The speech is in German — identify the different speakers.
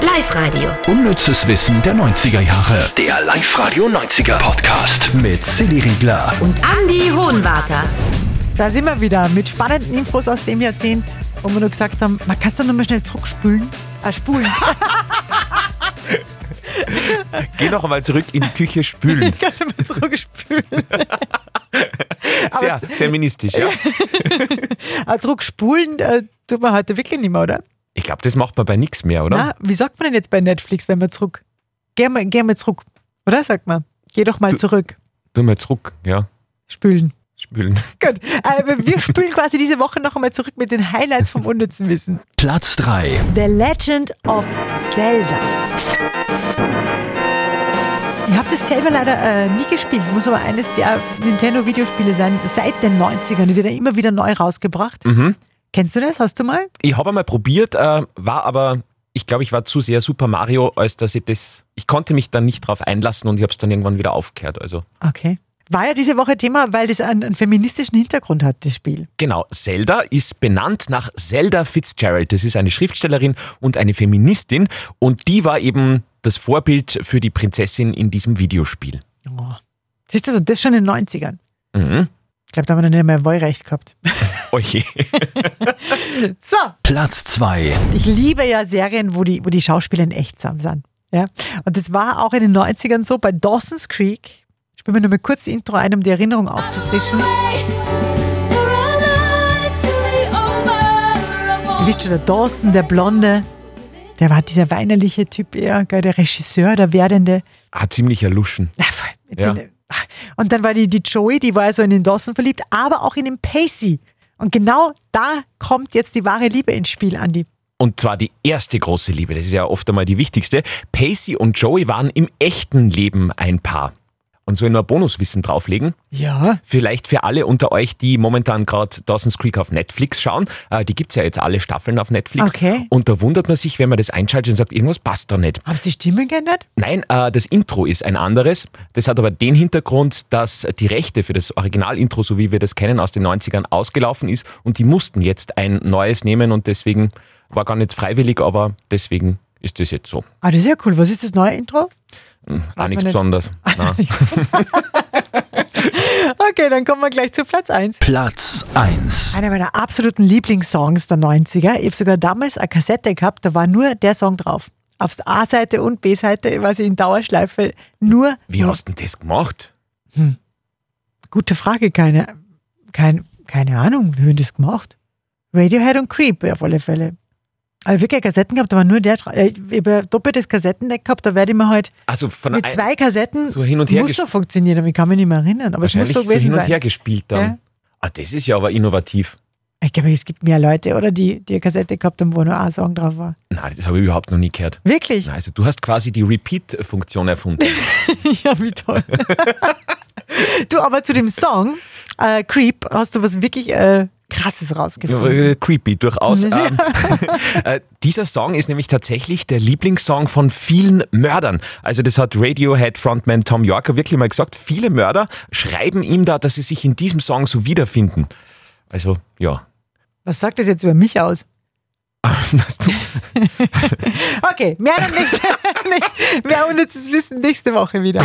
Speaker 1: Live-Radio.
Speaker 2: Unnützes Wissen der 90er Jahre.
Speaker 3: Der Live-Radio 90er Podcast.
Speaker 2: Mit Silly Riegler.
Speaker 1: Und Andy Hohenwarter.
Speaker 4: Da sind wir wieder mit spannenden Infos aus dem Jahrzehnt, wo wir nur gesagt haben, man kann es doch nur mal schnell zurückspülen. Äh, spulen.
Speaker 5: Geh noch einmal zurück in die Küche spülen.
Speaker 4: kannst du mal zurückspülen.
Speaker 5: Sehr feministisch, ja.
Speaker 4: Äh, zurückspulen äh, tut man heute wirklich nicht mehr, oder?
Speaker 5: Ich glaube, das macht man bei nichts mehr, oder?
Speaker 4: Na, wie sagt man denn jetzt bei Netflix, wenn man zurück? Geh mal, geh mal zurück. Oder sagt man? Geh doch mal zurück.
Speaker 5: Tu mal zurück, ja.
Speaker 4: Spülen.
Speaker 5: Spülen.
Speaker 4: Gut. Äh, wir spülen quasi diese Woche noch einmal zurück mit den Highlights vom unnützen Wissen.
Speaker 2: Platz 3.
Speaker 4: The Legend of Zelda. Ich habe das selber leider äh, nie gespielt, muss aber eines der Nintendo-Videospiele sein, seit den 90ern. Die wird ja immer wieder neu rausgebracht. Kennst du das? Hast du mal?
Speaker 5: Mhm. Ich habe einmal probiert, äh, war aber, ich glaube, ich war zu sehr Super Mario, als dass ich das, ich konnte mich dann nicht drauf einlassen und ich habe es dann irgendwann wieder aufgehört. Also
Speaker 4: Okay. War ja diese Woche Thema, weil das einen, einen feministischen Hintergrund hat, das Spiel.
Speaker 5: Genau, Zelda ist benannt nach Zelda Fitzgerald. Das ist eine Schriftstellerin und eine Feministin und die war eben das Vorbild für die Prinzessin in diesem Videospiel.
Speaker 4: Oh. Siehst du, so, das schon in den 90ern.
Speaker 5: Mhm. Oh
Speaker 4: Ich glaube, da haben wir noch nicht mehr Wollrecht gehabt.
Speaker 5: Oje.
Speaker 4: So,
Speaker 2: Platz 2.
Speaker 4: ich liebe ja Serien, wo die, wo die Schauspieler in echt zusammen sind. Ja? Und das war auch in den 90ern so bei Dawson's Creek. Spielen wir nur mal kurz das Intro ein, um die Erinnerung aufzufrischen. Ihr wisst schon, der Dawson, der Blonde, der war dieser weinerliche Typ eher, gell, der Regisseur, der Werdende.
Speaker 5: Ah, ziemlicher Luschen.
Speaker 4: Na, voll. Ich
Speaker 5: Ja.
Speaker 4: bin- ach. Und dann war die, die Joey, die war also in den Dawson verliebt, aber auch in den Pacey. Und genau da kommt jetzt die wahre Liebe ins Spiel, Andi.
Speaker 5: Und zwar die erste große Liebe, das ist ja oft einmal die wichtigste. Pacey und Joey waren im echten Leben ein Paar. Und soll ich nur ein Bonuswissen drauflegen?
Speaker 4: Ja.
Speaker 5: Vielleicht für alle unter euch, die momentan gerade Dawson's Creek auf Netflix schauen. Äh, die gibt's ja jetzt alle Staffeln auf Netflix.
Speaker 4: Okay.
Speaker 5: Und da wundert man sich, wenn man das einschaltet und sagt, irgendwas passt da nicht.
Speaker 4: Haben Sie die Stimme geändert?
Speaker 5: Nein, äh, das Intro ist ein anderes. Das hat aber den Hintergrund, dass die Rechte für das Originalintro, so wie wir das kennen, aus den 90ern ausgelaufen ist und die mussten jetzt ein neues nehmen und deswegen war gar nicht freiwillig, aber deswegen ist das jetzt so.
Speaker 4: Ah, das ist ja cool. Was ist das neue Intro?
Speaker 5: Ah,
Speaker 4: man nicht.
Speaker 5: nichts Besonderes. Na.
Speaker 4: Okay, dann kommen wir gleich zu Platz 1.
Speaker 2: Platz 1.
Speaker 4: Einer meiner absoluten Lieblingssongs der 90er. Ich habe sogar damals eine Kassette gehabt, da war nur der Song drauf. Auf der A-Seite und B-Seite war sie in Dauerschleife. Nur.
Speaker 5: Wie hast du denn das gemacht?
Speaker 4: Gute Frage, keine, kein, keine Ahnung, wie haben das gemacht? Radiohead und Creep auf alle Fälle. Aber wirklich Kassetten gehabt, da war nur der drauf. Ich habe ein doppeltes Kassettendeck gehabt, da werde ich mir heute
Speaker 5: Also von
Speaker 4: mit
Speaker 5: ein-
Speaker 4: zwei Kassetten
Speaker 5: so hin und her
Speaker 4: muss
Speaker 5: ges-
Speaker 4: so funktioniert haben. Ich kann mich nicht mehr erinnern, aber es muss
Speaker 5: wahrscheinlich
Speaker 4: so
Speaker 5: so
Speaker 4: gewesen
Speaker 5: hin und
Speaker 4: sein.
Speaker 5: her gespielt dann.
Speaker 4: Ja.
Speaker 5: Ah, das ist ja aber innovativ.
Speaker 4: Ich glaube, es gibt mehr Leute, oder? Die, die eine Kassette gehabt haben, wo nur ein Song drauf war.
Speaker 5: Nein, das habe ich überhaupt noch nie gehört.
Speaker 4: Wirklich?
Speaker 5: Na, Also du hast quasi die Repeat-Funktion erfunden.
Speaker 4: Ja, wie toll. du, aber zu dem Song, äh, Creep, hast du was wirklich äh, Krasses
Speaker 5: Ja,
Speaker 4: rausgefunden.
Speaker 5: äh, creepy, durchaus. Ähm, äh, dieser Song ist nämlich tatsächlich der Lieblingssong von vielen Mördern. Also das hat Radiohead-Frontman Tom Yorker wirklich mal gesagt. Viele Mörder schreiben ihm da, dass sie sich in diesem Song so wiederfinden. Also, ja.
Speaker 4: Was sagt das jetzt über mich aus?
Speaker 5: Dass du-
Speaker 4: Okay, mehr dann nächste, nicht- mehr unnützes Wissen nächste Woche wieder.